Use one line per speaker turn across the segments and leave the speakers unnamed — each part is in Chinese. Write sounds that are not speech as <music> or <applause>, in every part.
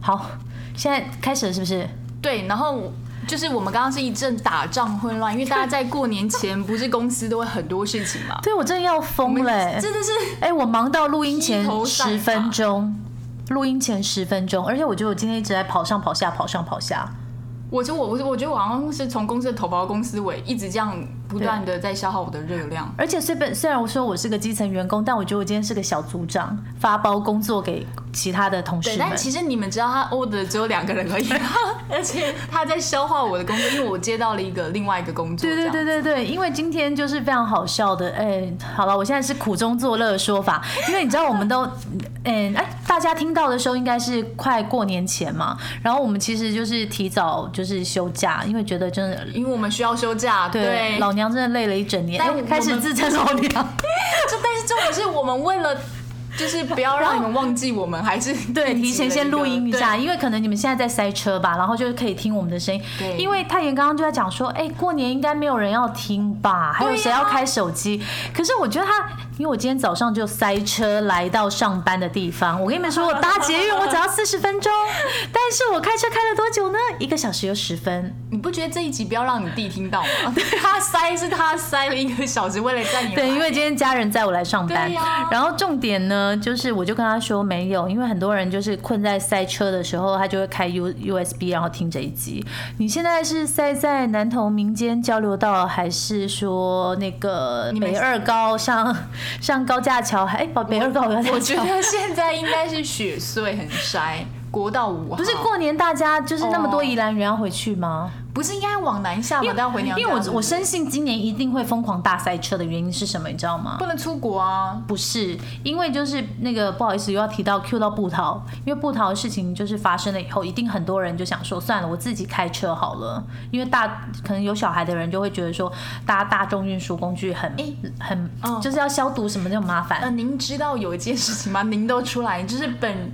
好，现在开始了是不是？
对，然后我就是我们刚刚是一阵打仗混乱，因为大家在过年前不是公司都会很多事情嘛，
对我真的要
我
疯
们
了、
真的是
哎、我忙到录音前
披头散发
十分钟，录音前十分钟，而且我觉得我今天一直在跑上跑下，跑上跑下。
我就我我我觉得我好像是从公司的头跑到公司尾，一直这样不断的在消耗我的热量。
而且虽本虽然我说我是个基层员工，但我觉得我今天是个小组长，发包工作给其他的同
对，
事们
但。其实你们知道他 order 只有两个人
<laughs>
而已，而且他在消化我的工作，因为我接到了一个另外一个工作。
对对对对对，因为今天就是非常好笑的，哎，好了，我现在是苦中作乐的说法， <laughs> 因为你知道我们都，哎哎，大家听到的时候应该是快过年前嘛，然后我们其实就是提早就是休假，因为觉得真的
因为我们需要休假，
对
对，
老娘真的累了一整年，
但
哎
我们
开始自称老娘，
<laughs> 就但是重点是我们为了就是不要让你们忘记我们，还是
对，
定期
提前先录音一
的个
下，因为可能你们现在在塞车吧，然后就是可以听我们的声音
对。
因为太妍刚刚就在讲说，哎、过年应该没有人要听吧？还有谁要开手机？可是我觉得他，因为我今天早上就塞车来到上班的地方，我跟你们说，我搭捷运我只要四十分钟，但是我开车开了多久呢？一个小时又十分。
对你不觉得这一集不要让你弟听到吗？他塞是他塞了一个小时，为了在你
对，因
来
为今天家人载我来上班，
对呀
然后重点呢，就是我就跟他说没有，因为很多人就是困在塞车的时候，他就会开 U USB，然后听这一集。你现在是塞在南投民间交流道，还是说那个
你们
北二高上上高架桥？还哎，不北二高高架
我觉
桥。
得现在应该是雪穗很塞，国道五号
不是过年大家就是那么多
哦
宜兰人要回去吗？
不是应该往南下
因
吗？
为
大家回娘家
因为
是
我
不
我
是
深信今年一定会疯狂大塞车的原因是什么，你知道吗？
不能出国啊，
不是，因为就是那个不好意思，又要提到 Q 到布桃，因为布桃的事情就是发生了以后，一定很多人就想说，算了，我自己开车好了。因为大可能有小孩的人就会觉得说，搭大众运输工具很、
诶
很、
哦
就是要消毒什么就很麻烦，
呃，您知道有一件事情吗？您都出来，就是本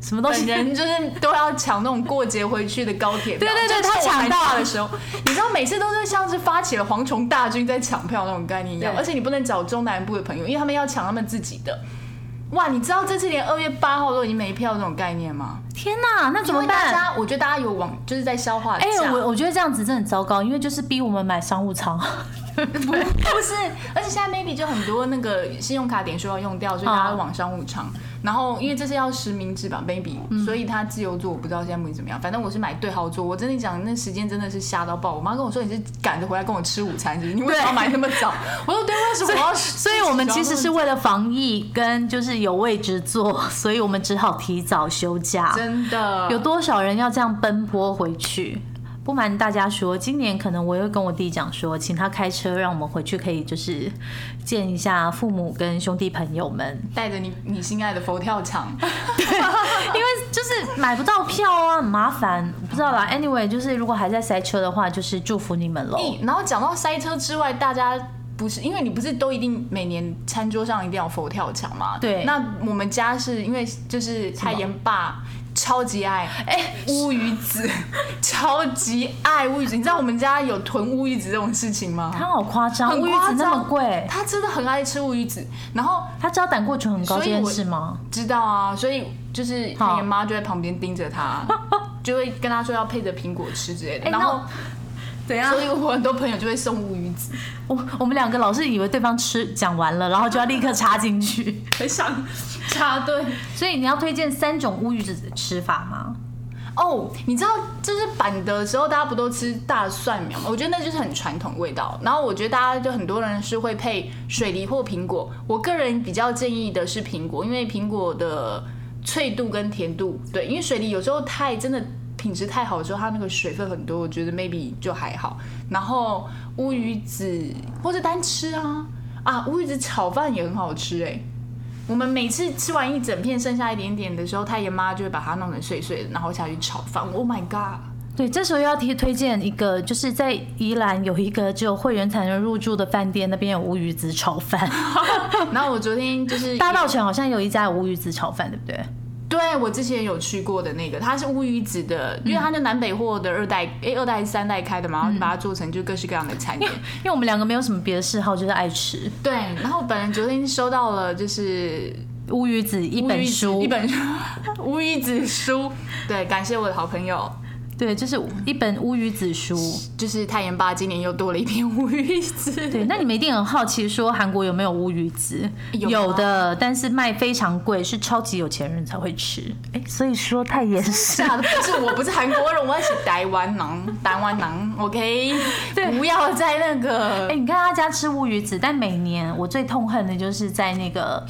什么东
本
西。
人就是都要抢那种过节回去的高铁票。
对对对
就是
他
我还
抢到
大的时候，你知道每次都是像是发起了蝗虫大军在抢票那种概念一样，
对
而且你不能找中南部的朋友，因为他们要抢他们自己的。哇，你知道这次连二月八号都已经没票这种概念吗？
天哪，那怎么
因为大
办？
家，我觉得大家有往就是在消化
哎、
价
我我觉得这样子真的很糟糕，因为就是逼我们买商务
<laughs>
舱。
不不是，而且现在 maybe 就很多那个信用卡点数要用掉，所以大家
哦
往商务舱。然后因为这是要实名制吧，maybe，、所
嗯
以他自由座我不知道现在目前怎么样。反正我是买对号座，我真的讲那时间真的是吓到爆。我妈跟我说你是赶着回来跟我吃午餐是不是？你为什么要买那么早？我说对，为什么我要吃？
所以我们其实是为了防疫跟就是有位置坐，所以我们只好提早休假。
真的
有多少人要这样奔波回去？不瞒大家说，今年可能我又跟我弟讲说，请他开车让我们回去，可以就是见一下父母跟兄弟朋友
<laughs>
们，
带着你你心爱的佛跳墙，
因为就是买不到票啊，很麻烦，不知道啦。Anyway，就是如果还在塞车的话，就是祝福你们喽。
咦然后讲到塞车之外，大家不是因为你不是都一定每年餐桌上一定要有佛跳墙嘛？
对
那我们家是因为就是太妍爸超级爱哎乌鱼子，超级爱乌鱼子。你知道我们家有囤乌鱼子这种事情吗？
他好夸张，
很
乌鱼
夸
子那
张
么贵，
他真的很爱吃乌鱼子，然后
他知道胆固醇很高
所
这
以
件
我
事吗？
知道啊，所以就是
好
太妍妈就在旁边盯着 <laughs> 他，就会跟他说要配着苹果吃之类的。
哎
然 <laughs> 后，
怎
所以我很多朋友就会送乌鱼子，
我我们两个老是以为对方吃讲完了，然后就要立刻插进去。
很想插队。
所以你要推荐三种乌鱼子的吃法吗？
哦，你知道就是板的时候，大家不都吃大蒜苗吗？我觉得那就是很传统味道。然后我觉得大家就很多人是会配水梨或苹果，我个人比较建议的是苹果，因为苹果的脆度跟甜度，对，因为水梨有时候太真的品质太好的时候，它那个水分很多，我觉得 maybe 就还好。然后乌鱼子或者单吃啊啊，乌鱼子炒饭也很好吃哎、我们每次吃完一整片，剩下一点点的时候，太爷妈就会把它弄成碎碎的，然后下去炒饭。Oh my <laughs> god！
对，这时候要提推荐一个，就是在宜兰有一个只有会员才能入住的饭店，那边有乌鱼子炒 <laughs> 饭。
然后我昨天就是
大道城好像有一家有乌鱼子炒饭，对不对？
对我之前有去过的那个，它是乌鱼子的，因为它就南北货的二代，诶，二代还是三代开的嘛，然后就把它做成就各式各样的 <laughs> 餐点。
因为我们两个没有什么别的嗜好，就是爱吃。
对，然后本人昨天收到了就是
乌鱼子一本书，
一本书， <laughs> 乌鱼子书。对，感谢我的好朋友，
对，就是一本乌鱼子书。
就是太妍爸今年又多了一篇乌鱼子。
对，那你们一定很好奇，说韩国有没有乌鱼子？
有啊
的，但是卖非常贵，是超级有钱人才会吃。哎，所以说太严实。
<laughs> 吓得不是我不是韩国人，我是台湾人，台湾人，OK，
对
不要再那个
哎、。你看他家吃乌鱼子，但每年我最痛恨的就是在那个。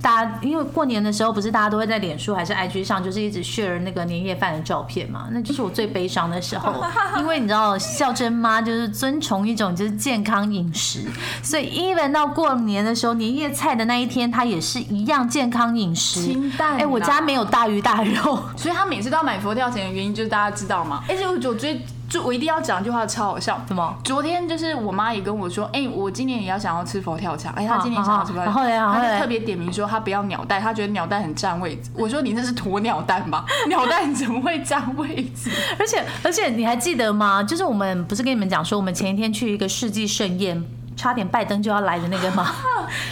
大家因为过年的时候，不是大家都会在脸书还是 IG 上，就是一直 share 那个年夜饭的照片嘛？那就是我最悲伤的时
<laughs>
候，因为你知道孝珍妈就是遵从一种就是健康饮食，所以 even 到过年的时候，年夜菜的那一天，她也是一样健康饮食。
清淡
哎、我
啦
家没有大鱼大肉，
所以他每次都要买佛跳墙的原因就是大家知道吗？而哎且我我最就我一定要讲一句话超好笑，
什么？
昨天就是我妈也跟我说，哎、我今年也要想要吃佛跳墙，哎、她今年想要吃佛跳
然后
墙，
嘞然后
她
嘞
就特别点名说她不要鸟蛋，她觉得鸟蛋很占位置。我说你这是鸵鸟蛋 <laughs> 吧？鸟蛋怎么会占位置？
<laughs> 而且而且你还记得吗？就是我们不是跟你们讲说，我们前一天去一个世纪盛宴，差点拜登就要来的那个
<laughs>
吗？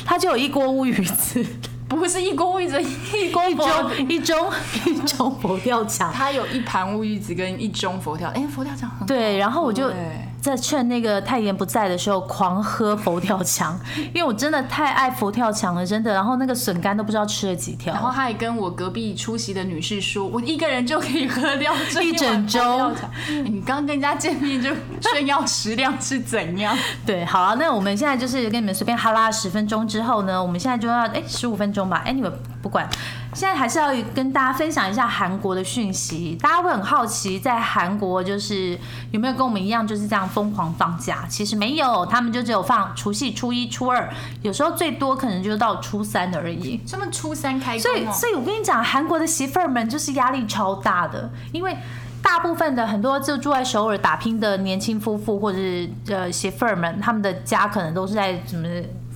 他就有一锅乌鱼子，
不 <laughs> 是一锅一整一锅
一盅
<laughs>
一盅一盅佛跳墙。
她有一盘乌鱼子跟一盅佛跳，哎、佛跳墙很
对，然后我就
对
在趁那个泰妍不在的时候狂喝佛跳墙，因为我真的太爱佛跳墙了，真的。然后那个笋干都不知道吃了几条，
然后他还跟我隔壁出席的女士说，我一个人就可以喝掉这
一整
碗
粥
佛跳墙哎你刚跟人家见面就炫耀食量是怎样？
<laughs> 对，好啊，那我们现在就是跟你们随便哈拉十分钟之后呢，我们现在就要哎十五分钟吧，哎你们不管，现在还是要跟大家分享一下韩国的讯息。大家会很好奇，在韩国就是有没有跟我们一样就是这样疯狂放假？其实没有，他们就只有放除夕、初一、初二，有时候最多可能就到初三而已。
他们初三开
所以
工，哦。
所以我跟你讲，韩国的媳妇儿们就是压力超大的，因为大部分的很多就住在首尔打拼的年轻夫妇或者是呃媳妇儿们，他们的家可能都是在什么。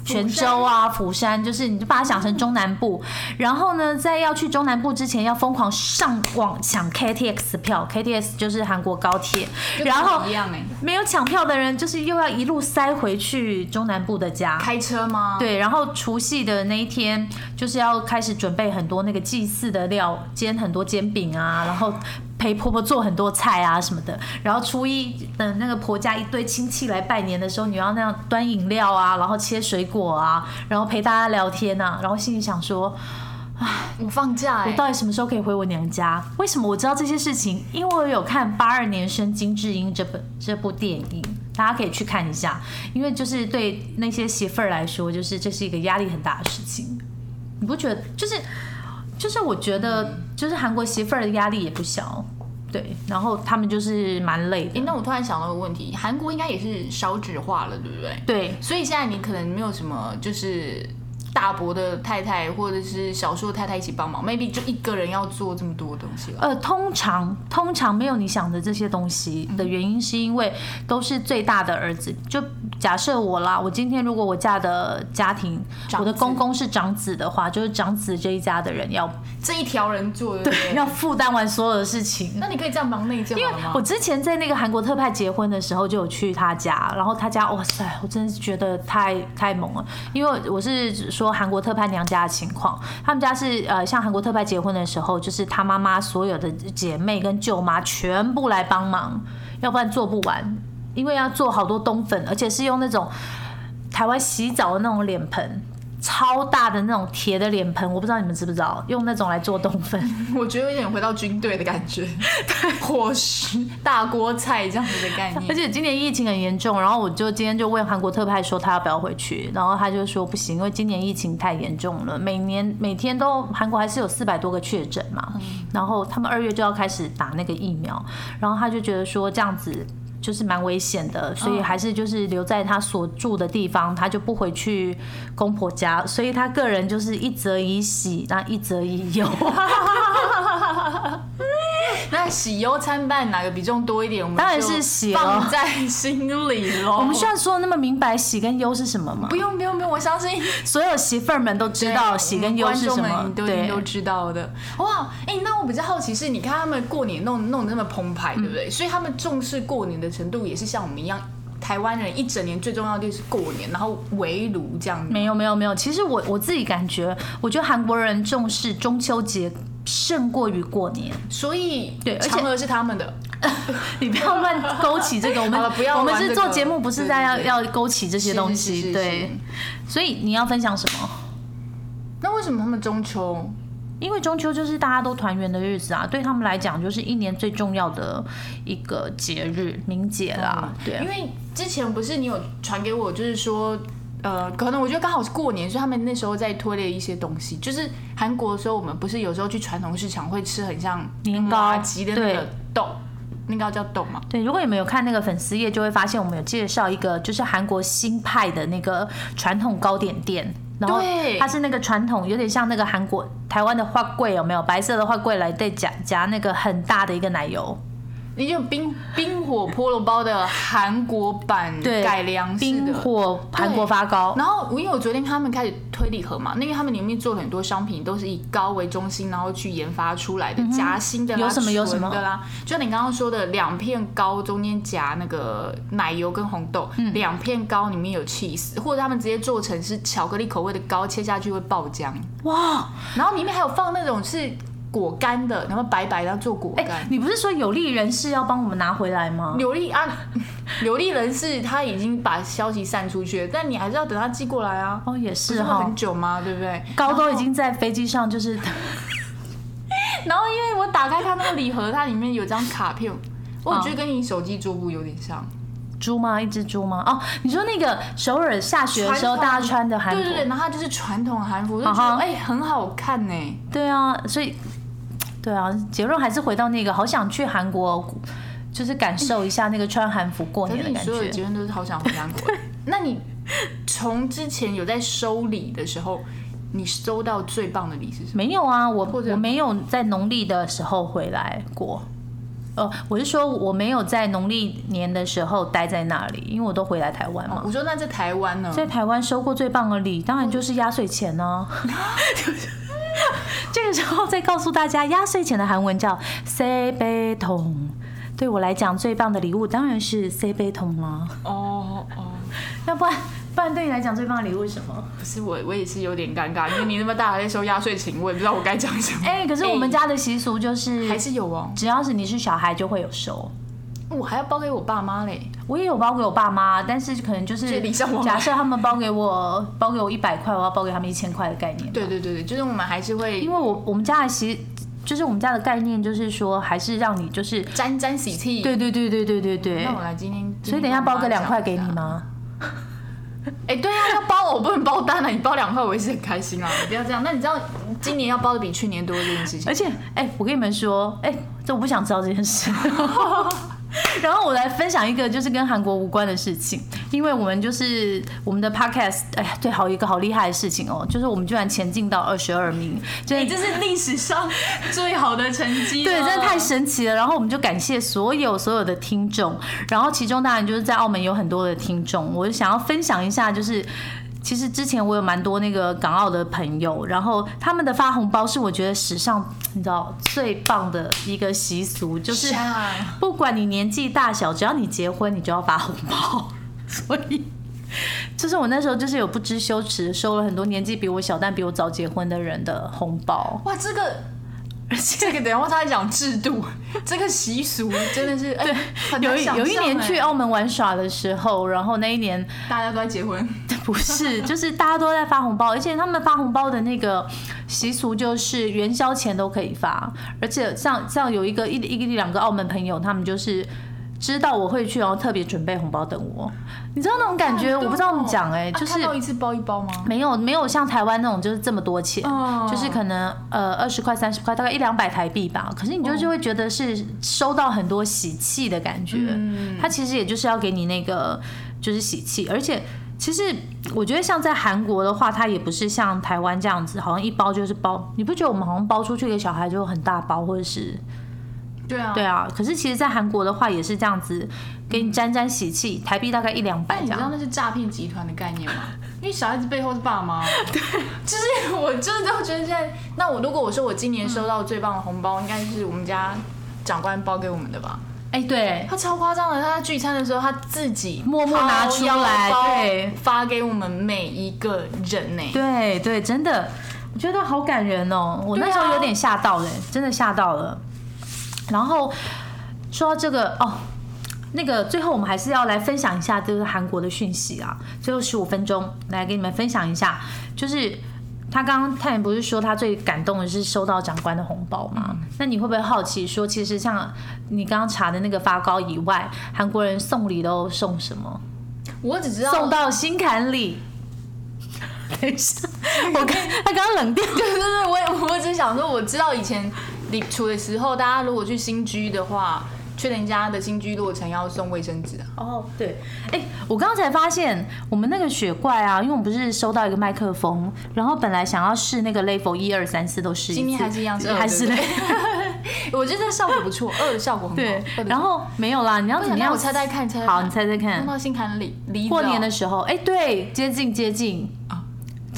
泉州啊，釜山，就是你就把它想成中南部，然后呢，在要去中南部之前，要疯狂上网抢 KTX 票，KTX 就是韩国高铁，
就跟
然后
我一样哎、
没有抢票的人，就是又要一路塞回去中南部的家，
开车吗？
对，然后除夕的那一天，就是要开始准备很多那个祭祀的料，煎很多煎饼啊，然后陪婆婆做很多菜啊什么的。然后初一等那个婆家一堆亲戚来拜年的时候，你要那样端饮料啊，然后切水果啊，然后陪大家聊天啊，然后心里想说，
我放假哎、
我到底什么时候可以回我娘家？为什么我知道这些事情？因为我有看八二年生金智英这本这部电影，大家可以去看一下。因为就是对那些媳妇儿来说，就是这是一个压力很大的事情。你不觉得？就是就是，我觉得就是韩国媳妇儿的压力也不小，对。然后他们就是蛮累
哎、
的，
那我突然想到个问题，韩国应该也是少子化了，对不对？
对。
所以现在你可能没有什么就是大伯的太太或者是小叔的太太一起帮忙，maybe 就一个人要做这么多东西了。
呃，通常通常没有你想的这些东西的原因，是因为都是最大的儿子。就假设我啦，我今天如果我嫁的家庭，
长
我的
子
公公是长子的话，就是长子这一家的人要
这一条人做对不对？
要负担完所有的事情。
那你可以这样忙内就
因
好
为
了吗？
我之前在那个韩国特派结婚的时候，就有去他家，然后他家哇塞，我真是觉得太太猛了。因为我是说韩国特派娘家的情况，他们家是呃，像韩国特派结婚的时候，就是他妈妈所有的姐妹跟舅妈全部来帮忙，要不然做不完，因为要做好多冬粉，而且是用那种台湾洗澡的那种脸盆。超大的那种铁的脸盆，我不知道你们知不知道，用那种来做冬
<laughs>
粉。
我觉得有点回到军队的感觉，伙食大锅菜这样子的概
而 <laughs>
念。
且今年疫情很严重，然后我就今天就问韩国特派说他要不要回去，然后他就说不行，因为今年疫情太严重了，每年每天都韩国还是有四百多个确诊嘛，然后他们二月就要开始打那个疫苗，然后他就觉得说这样子。就是蛮危险的，所以还是就是留在他所住的地方，他就不回去公婆家，所以他个人就是一则以喜，那一则以忧。
那喜忧参半，哪个比重多一点？我们
当然
就是
喜哦咯
放在心
<laughs>
里喽。
我们需要说得那么明白喜跟忧是什么吗
不？用不用不用，我相信嗯
所有媳妇儿们都知道喜跟忧是什么，
对我们观众们一定都知道的。哇，哎、那我比较好奇是，你
嗯
看他们过年弄弄得那么澎湃，对不对？所以他们重视过年的程度也是像我们一样。台湾人一整年最重要的就是过年，然后围炉这样。
没有没有没有，其实我我自己感觉，我觉得韩国人重视中秋节胜过于过年。
所以，
对而且
嫦娥是他们的，
你不要乱勾起这个，我
<laughs> 好了
们
不要
我们
玩
是
这
做
个
节目，不是
对
在要
对对
要勾起这些东西。
是是是
对，所以你要分享什么？
那为什么他们中秋？
因为中秋就是大家都团圆的日子啊，对他们来讲就是一年最重要的一个节日名节啦。
啊
嗯
因
对，啊
为之前不是你有传给我，就是说，呃，可能我觉得刚好是过年，所以他们那时候在推了一些东西。就是韩国的时候，我们不是有时候去传统市场会吃很像
年糕
麻吉的那
对
个豆，那个叫豆嘛。
对，如果你们有看那个粉丝页，就会发现我们有介绍一个就是韩国新派的那个传统糕点店。然后
对
它是那个传统，有点像那个韩国台湾的花柜有没有？白色的花柜来再夹夹那个很大的一个奶油，
你就冰 <laughs> 冰火菠萝包的韩国版
对，
改良式
冰
的。
火韩国发糕，
然后，因为我昨天看他们开始推礼盒嘛，那因为他们里面做了很多商品都是以糕为中心，然后去研发出来的，夹心的啦，
有什么有什
纯
么
的啦，就像你刚刚说的，两片糕中间夹那个奶油跟红豆，
嗯
两片糕里面有 cheese，或者他们直接做成是巧克力口味的糕，切下去会爆浆，
哇！
然后里面还有放那种是果干的，然后白白的做果
哎、
干。
你不是说有利人士要帮我们拿回来吗？
流利啊， <laughs> 流利人士他已经把消息散出去了，但你还是要等他寄过来啊。
哦，也
不
是
会
哈、
很哦久吗？对不对？
高都已
然后。
经在飞机上，就是 <laughs>
然后因为我打开看那个礼盒，它里面有张卡片，
哦
我觉得跟你手机桌布有点像。
猪吗？一只猪吗？哦，你说那个首尔下雪的时候，
传统
大家穿的韩服，
对对对，然后它就是传统韩服，我就觉
啊
得
哈
哎很好看呢。
对啊，所以对啊，结论还是回到那个，好想去韩国，就是感受一下那个穿韩服过
可
年的
是你
感
所有的
觉。
结论都是好想回韩
<laughs>
国。那你从之前有在收礼的时候，你收到最棒的礼是什么？
没有啊，我
或者
我没有在农历的时候回来过。呃，我是说我没有在农历年的时候待在那里，因为我都回来台湾嘛。
我说那在台湾呢？
在台湾收过最棒的礼，当然就是压岁钱 <laughs> 呢、这个时候再告诉大家，压岁钱的韩文叫 “se b e t o n 对我来讲，最棒的礼物当然是 “se b e t o n 啦。
哦哦，
要不然，不然对你来讲最棒的礼物是什么？
不是我，我也是有点尴尬，因为你那么大还在收压岁钱，我也不知道我该讲什么。
哎、可是我们家的习俗就是，
还是有哦，
只要是你是小孩就会有收。嗯
我还要包给我爸妈嘞。
我也有包给我爸妈，但是可能就
就是礼尚往来
假设他们包给我包给我一百块，我要包给他们一千块的概念。
对对对对，就是我们还是会
因为我我们家的习，就是我们家的概念，就是说还是让你就是，
沾沾喜气。，
对对对对对对对
那。我来今天，
所以等一下包个两块给你
吗？
吗？
哎，对呀、要包我不能包单了，你包两块我也是很开心啊， <laughs> 你不要这样。那你知道今年要包的比去年多这件事情
<laughs> 而，且，哎、我跟你们说，哎、这我不想知道这件事。 <laughs> 然后我来分享一个就是跟韩国无关的事情，因为我们就是我们的 podcast，哎呀，对，好一个好厉害的事情哦，就是我们居然前进到二十二名，就是
哎是历史上最好的成绩
对，
了
真的太神奇了。然后我们就感谢所有所有的听众，然后其中当然就是在澳门有很多的听众，我就想要分享一下，就是。其实之前我有蛮多那个港澳的朋友，然后他们的发红包是我觉得史上你知道最棒的一个习俗，就是
啊
不管你年纪大小，只要你结婚，你就要发红包。所以，就是我那时候就是有不知羞耻，收了很多年纪比我小但比我早结婚的人的红包。
哇，这个。这个等一下他在讲制度， <laughs> 这个习俗真的是对，很难
有一
想
有一
象
年
哎
去澳门玩耍的时候，然后那一
<laughs>
年
大家都在结婚，
不是，就是大家都在发红包，而且他们发红包的那个习俗就是元宵前都可以发，而且像像有一个一一个两个澳门朋友，他们就是。知道我会去，然后特别准备红包等我，你知道那种感觉？
好感动哦
我不知道怎么讲哎、
啊
就是
看到一次包一包吗？
没有没有像台湾那种就是这么多钱，
哦
就是可能呃二十块三十块，大概一两百台币吧。可是你就就会觉得是收到很多喜气的感觉，
嗯
它其实也就是要给你那个就是喜气，而且。其实我觉得像在韩国的话，它也不是像台湾这样子，好像一包就是包。你不觉得我们好像包出去给小孩就很大包，或者是
对啊，
对啊？可是其实，在韩国的话也是这样子，给你沾沾喜气，台币大概一两
但
百
哎你
这
知道
样。
那是诈骗集团的概
<laughs>
念吗？因为小孩子背后是爸妈。对，就是我真的都觉得现在，
嗯
那我如果我说我今年收到最棒的红包，应该是我们家长官包给我们的吧？
哎，对，
他超夸张的，他在聚餐的时候他自己
默默拿出来
掏腰包
对
发给我们每一个人呢、
对对，真的，我觉得好感人哦！我那
对啊
时候有点吓到了，欸真的吓到了。然后说到这个哦，那个最后我们还是要来分享一下就是韩国的讯息啊。最后十五分钟来给你们分享一下，就是他刚刚泰妍不是说他最感动的是收到长官的红包吗？
嗯
那你会不会好奇说，其实像你刚刚查的那个发糕以外，韩国人送礼都送什么？
我只知道
送到心坎里。等一下，我刚他刚刚冷掉。
<laughs> 对对对，我也我只想说，我知道以前礼处的时候，大家如果去新居的话，去人家的新居落成要送卫生纸啊。
哦，对，哎、我刚才发现我们那个雪怪啊，因为我们不是收到一个麦克风，然后本来想要试那个 level 一二三四都试一次，
今天还是一样是
<laughs>
二，
还是
对哦不对 <laughs> 我觉得效果不错，二的效果很好。
对
二的效果，
然后没有啦，你要
我
怎
想
么样？
让我猜猜看，猜猜看
好，你猜猜看
弄。到心坎里，离
过年
了
的时候，哎、对，接近接近
啊
<laughs>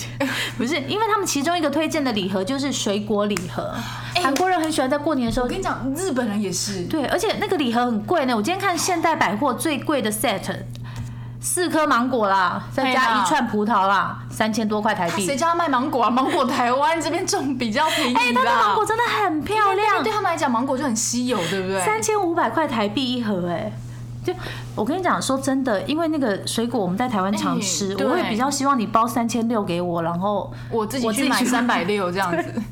不是，因为他们其中一个推荐的礼盒就是水果礼盒，
<laughs> 哎
韩、国人很喜欢在过年的时候
我跟你讲，日本人也是，
对，而且那个礼盒很贵呢。我今天看现代百货最贵的 set，四颗芒果啦，再
对
加
啦
一串葡萄啦，三千多块台币
谁。叫他卖芒果啊？芒果台湾这边种比较便宜
哎、它的
啦
芒果真的很漂
对
亮，
他们来讲，芒果就很稀有，对不对？
三千五百块台币一盒、哎。就我跟你讲，说真的，因为那个水果我们在台湾常
哎
吃，
对
我会比较希望你包三千六给我，然后
我自己
我自
去
己
买
去
三百六这样子。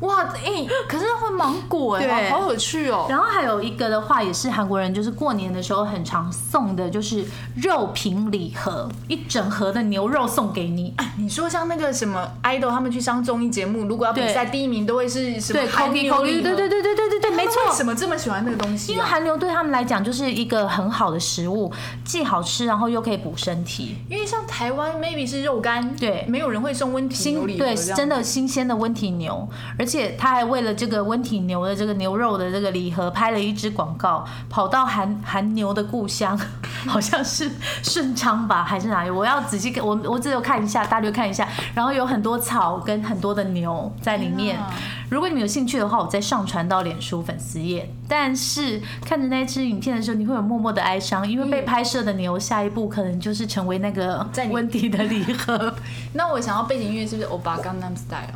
哇，哎、可是会芒果哎、
对
好好有趣哦、
<laughs> 然后还有一个的话，也是韩国人，就是过年的时候很常送的，就是肉品礼盒，一整盒的牛肉送给你。
你说像那个什么 idol 他们去上综艺节目，如果要比
对
赛第一名，都会是什么
对，
韩
口
流
口
礼盒
对对对对对对对，没错
他。们为什么这么喜欢那个东西、啊？
因为韩流对他们来讲就是一个很好的食物，既好吃，然后又可以补身体。
因为像台湾 maybe 是肉干，
对
没有人会送温体
新
牛礼盒
对
这样
真的新鲜的温体牛，而且他还为了这个温体牛的这个牛肉的这个礼盒拍了一支广告，跑到韩韩牛的故乡， <laughs> 好像是顺昌吧还是哪里？我要仔细看，我我只有看一下，大略看一下，然后有很多草跟很多的牛在里面
天啊。
如果你们有兴趣的话，我再上传到脸书粉丝页。但是看着那支影片的时候，你会有默默的哀伤，因为被拍摄的牛下一步可能就是成为那个
嗯在你
温体的礼盒。
那我想要背景音乐是不是欧巴 Gangnam Style？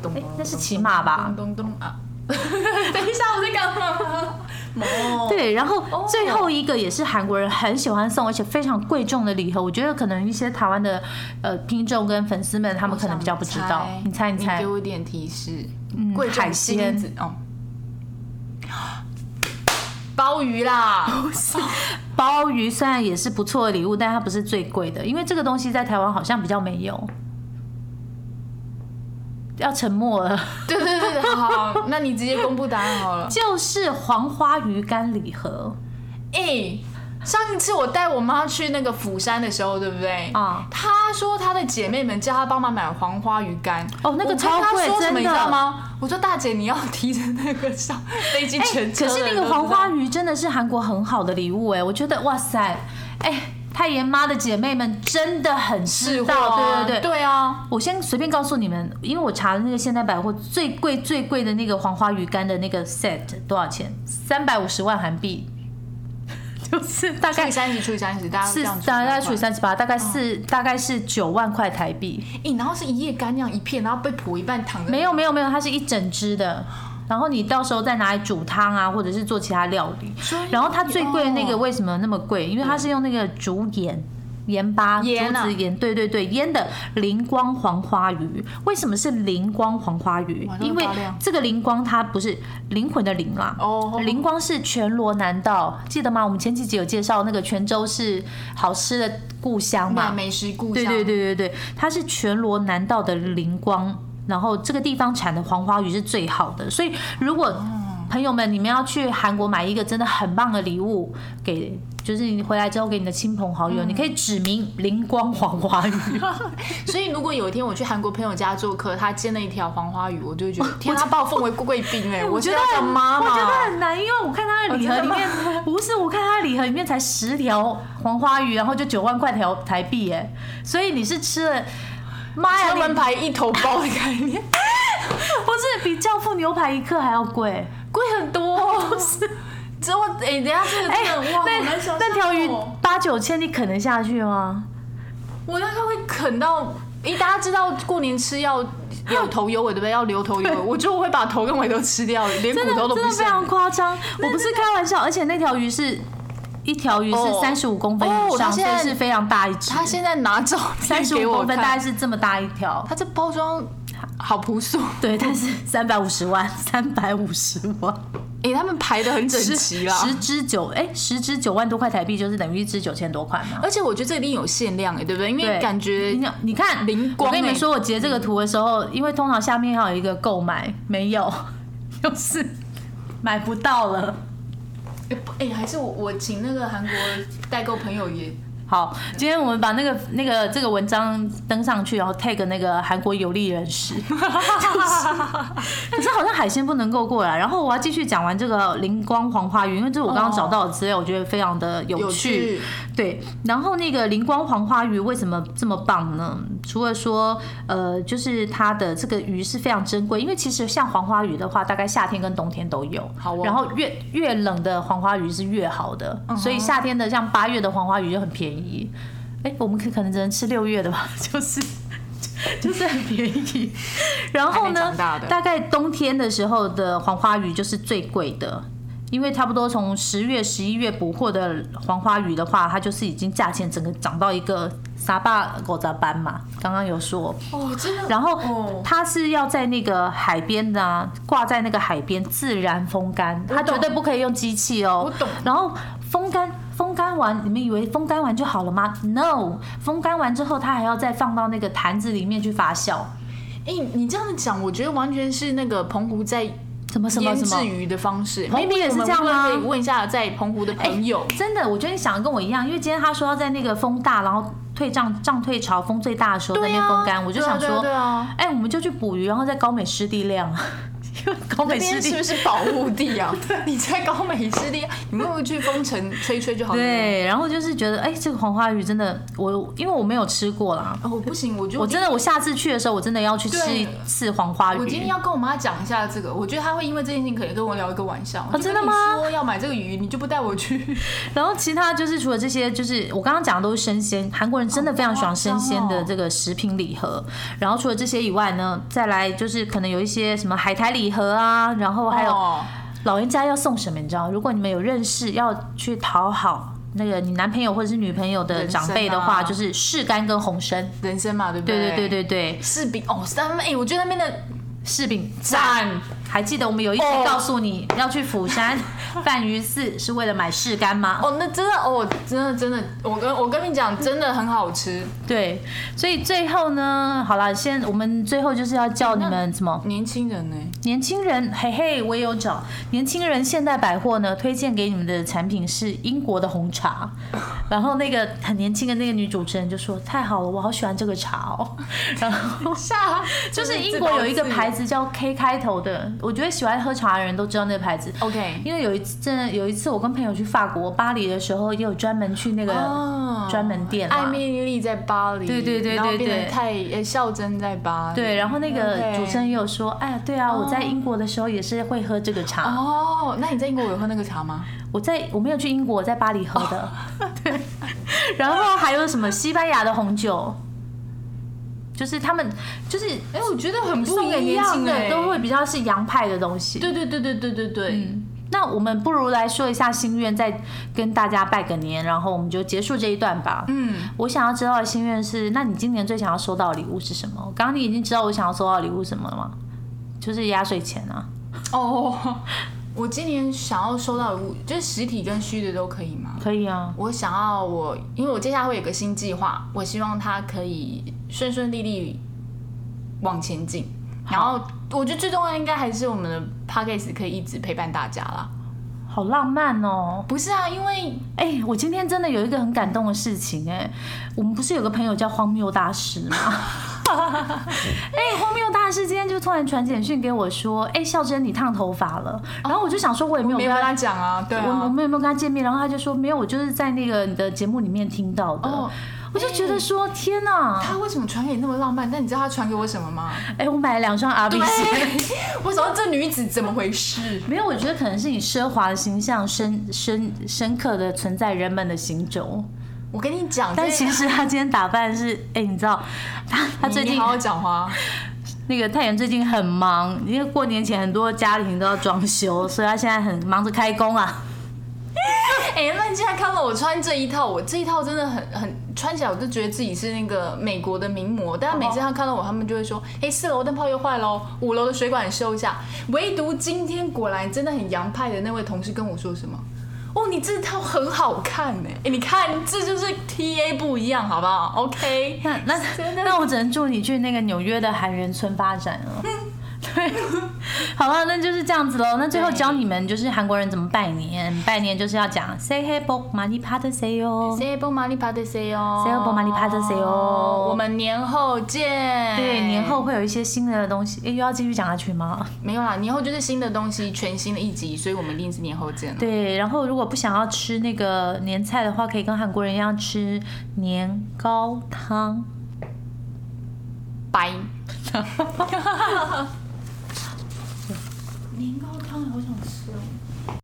咚
哎那是骑马吧
咚咚咚啊！等一下，我在干嘛？哦，
对，然后
哦
最后一个也是韩国人很喜欢送，而且非常贵重的礼盒。我觉得可能一些台湾的呃听众跟粉丝们，他们可能比较不知道。你猜，你
你
猜
给，我一点提示。
嗯
贵重
海
金
鲜
子哦，鲍鱼啦，
鲍鱼虽然也是不错的礼物，但它不是最贵的，因为这个东西在台湾好像比较没有。要沉默
<laughs>
了，
对对对对，好，好那你直接公布答案好了。
就是黄花鱼干礼盒
哎、上一次我带我妈去那个釜山的时候，对不对？
啊。
她说她的姐妹们叫她帮忙买黄花鱼干，
哦那个
我跟
超
她
贵
说什
真的
么你知道吗？我说大姐你要提着那个上飞机
哎、
全
<laughs>
车
可
的
是
人
那
都知道、
个黄花鱼真的是韩国很好的礼物哎、我觉得哇塞，哎、太妍妈的姐妹们真的很
是
知
货
道，
啊，
对对对。
对啊，
我先随便告诉你们，因为我查了那个现代百货最贵最贵的那个黄花鱼干的那个 set 多少钱？三百五十万韩币， <laughs> 就是大
除以
概
三十除以三十，大家这
是
样除
大概
出
除
来
以三十八，嗯大概是、大概是九万块台币。
哎、然后是一夜干那样一片，然后被剖一半躺着。
没有没有没有，它是一整只的，然后你到时候再拿来煮汤啊，或者是做其他料理。
所以
然后它最贵的那个
哦
为什么那么贵？因为它是用那个竹盐。盐巴、竹
盐啊
子盐，对对对，腌的灵光黄花鱼。为什么是灵光黄花鱼
哇？这么
因为
大量
这个灵光它不是灵魂的灵啦，
哦
灵光是全罗南道，记得吗？我们前几集有介绍那个泉州是好吃的故乡嘛
买，美食故
对
乡，
对对对对，它是全罗南道的灵光，然后这个地方产的黄花鱼是最好的，所以如果
哦
朋友们你们要去韩国买一个真的很棒的礼物给。就是你回来之后给你的亲朋好
嗯
友，你可以指明灵光黄花鱼，
所以如果有一天我去韩国朋友家做客，他煎了一条黄花鱼，我就会觉得天啊，他把我奉为贵宾哎、 <laughs> 我
觉
是
得
要当
很
妈
<laughs> 我
妈。
觉得很难，因为我看它的礼盒里面，不是我看它的礼盒里面才十条黄花鱼，然后就九万块条台币哎，所以你是吃了，妈呀，
车
你 <laughs>
门牌一头包的概 <laughs> 念，
<laughs> 不是比教父牛排一克还要贵？
贵很多、哦。这我哎、等一下这个
哎、
真的、哇，好难
那
想
那条鱼
象哦
八九千，你啃得下去吗？
我大概会啃到，因为大家知道过年吃要有头有尾，对不对？要留头有尾，我觉得我会把头跟尾都吃掉，连
真
骨
的
头都
真
不
的
剩
非。常夸张，我不是开玩笑，而且那条鱼是一条鱼是
哦
三十五公分
哦
以
它
上，所
现在
以是非常大一只。
他现在拿照
三
片
十
给
五
我
公分
看，
大概是这么大一条，
它这包装好朴素。
对，但是三百五十万， <laughs> 三百五十万，
<laughs> 哎、他们排的很整齐啦。
十只九哎，十只九万多块台币，就是等于一只九千多块嘛。
而且我觉得这一定有限量哎、对不对？因嗯为
对，
感觉
你你看
灵光
我跟你们
欸
说，我截这个图的时候，因为通常下面还有一个购买，没有， <laughs> 就是买不到了。
哎、不哎还是我我请那个韩国代购朋友也
好，今天我们把那个那个这个文章登上去，然后 tag 那个韩国有利人士。 <laughs> 可是好像海鲜不能够过来。然后我要继续讲完这个灵光黄花鱼，因为这是我刚
哦
刚找到的资料，我觉得非常的有趣。对，然后那个灵光黄花鱼为什么这么棒呢？除了说，呃，就是它的这个鱼是非常珍贵，因为其实像黄花鱼的话，大概夏天跟冬天都有。
好哦
然后越越冷的黄花鱼是越好的，
嗯
所以夏天的像八月的黄花鱼就很便宜。哎，我们可可能只能吃六月的吧， <laughs> 就是。就是很便
<laughs>
宜，然后
还没
呢
长大的，
大概冬天的时候的黄花鱼就是最贵的，因为差不多从十月、十一月捕获的黄花鱼的话，它就是已经价钱整个涨到一个沙巴狗杂班嘛，刚刚有说，
哦，真的。
然
哦
后它是要在那个海边的、啊，挂在那个海边自然风干，它绝对不可以用机器哦。
我懂
然后风干风干完，你们以为风干完就好了吗？No，风干完之后，它还要再放到那个坛子里面去发酵。
哎、你这样子讲，我觉得完全是那个澎湖在
什么什么
腌
什
制
么？
鱼的方式。
澎湖
Maybe
也是
我们
这样啊吗
可以问一下在澎湖的朋友。
真的，我觉得你想的跟我一样，因为今天他说要在那个风大，然后退涨涨退潮，风最大的时候在那边风干，我就想
对啊
说
对，啊，
哎、我们就去捕鱼，然后在高美湿地晾， <laughs> 因为高
那
美湿
边是
地
不是保护地
<laughs>
啊？你在高美湿地，啊你们会不会去风城吹吹就好了？，
对，然后就是觉得，哎、这个黄花鱼真的，我因为我没有吃过啦，
哦，不行，我觉得
我真的，我下次去的时候，我真的要去吃一
对
次黄花鱼。
我今天要跟我妈讲一下这个，我觉得她会因为这件事情可能跟我聊一个晚上。我就
哦真
跟
的吗
你说要买这个鱼，你就不带我去。
然后其他就是除了这些，就是我刚刚讲的都是生鲜，韩国人真
哦
的非常喜欢生鲜的这个食品礼盒。然后除了这些以外呢，再来就是可能有一些什么海苔礼盒啊，然后还有
<laughs> 哦
老人家要送什么，你知道？如果你们有认识要去讨好那个你男朋友或者是女朋友的
人
长
参
辈的话，
啊
就是柿干跟红参。
人参嘛，对不
对
对
对对对对，
柿饼哦，他们哎，我觉得那边的
柿饼赞。
赞，
还记得我们有一集
哦
告诉你要去釜山 <laughs> 办鱼市是为了买柿干吗？
哦，那真的哦，真的真的，我跟我跟你讲，真的很好吃。
对，所以最后呢，好啦，先我们最后就是要叫你们什么
年轻 <laughs> 人呢、
年轻人，嘿嘿，我也有找年轻人现代百货呢，推荐给你们的产品是英国的红茶，然后那个很年轻的那个女主持人就说太好了，我好喜欢这个茶哦， <laughs> 然后。
下
就是英国有一个牌子叫 K 开头的，我觉得喜欢喝茶的人都知道那个牌子。
，OK，
因为有一次，真的有一次我跟朋友去法国巴黎的时候，也有专门去那个
哦
专门店啦
艾米丽在巴黎，
对对对对
然后变
对
成太呃孝珍在巴黎，
对，然后那个
OK
主持人也有说，哎呀，对啊，我在英国的时候也是会喝这个茶。
哦，那你在英国有喝那个茶吗？
我在我没有去英国，我在巴黎喝的。
哦
对， <laughs> 然后还有什么西班牙的红酒，就是他们就是
哎、我觉得很不
送给
一
年
样、
轻
欸，
的都会比较是洋派的东西。嗯
对对对对对对对，
那我们不如来说一下心愿，再跟大家拜个年，然后我们就结束这一段吧。
嗯，
我想要知道的心愿是，那你今年最想要收到的礼物是什么？刚刚你已经知道我想要收到的礼物是什么了吗？就是压岁钱啊。
哦， <laughs> 我今年想要收到的物，就是实体跟虚的都可以吗？
可以啊，
我想要我，因为我接下来会有个新计划，我希望它可以顺顺利利往前进。然后我觉得最重要应该还是我们的 p a c k a g e 可以一直陪伴大家啦。
好浪漫哦！
不是啊，因为
哎、我今天真的有一个很感动的事情哎、我们不是有个朋友叫荒谬大师吗？ <laughs> 哎、荒谬大师今天就突然传简讯给我说，哎、孝珍你烫头发了，然后我就想说，我也没有
没
跟
有跟
他
他讲啊，对
我我
啊，
们有没有跟他见面？然后他就说没有，我就是在那个你的节目里面听到的。
哦
我就觉得说天
<laughs>
哪！
他为什么传给你那么浪漫？但你知道他传给我什么 <laughs> 吗？
哎，我买了两双 R B 鞋。
<laughs> 我想说这女子怎么回事？
没有，我觉得可能是你奢华的形象深深深刻的存在人们的心中，
我跟你讲，
但
这
其实他今天打扮是，哎、你知道，他他
你
最
你
近
好好讲话。
那个太原最近很忙，因为过年前很多家庭都要装
<laughs>
修，所以他现在很忙着开工啊。
哎、那你现在看到我穿这一套，我这一套真的很很穿起来，我就觉得自己是那个美国的名模。但每次他看到我，他们就会说：“哎、四楼灯泡又坏喽，五楼的水管修一下。”唯独今天果然真的很洋派的那位同事跟我说什么：“哦，你这套很好看呢、哎、你看这就是 T A 不一样，好不好？OK，
那那
真的
那我只能祝你去那个纽约的韩人村发展
<laughs>
了。对，好了，那就是这样子喽。那最后
对
教你们就是韩国人怎么拜年，拜年就是要讲 “say hey bok mani p a d say yo”。
谁不麻利帕的谁哦，
새해복많이받으세요
我们年后见。
哦对，年后会有一些新的东西，诶又要继续讲下去吗？ <laughs>
没有啦，年后就是新的东西，全新的一集，所以我们一定是年后见了。
对，然后如果不想要吃那个年菜的话，可以跟韩国人一样吃年糕汤。
拜。年糕汤好想吃哦。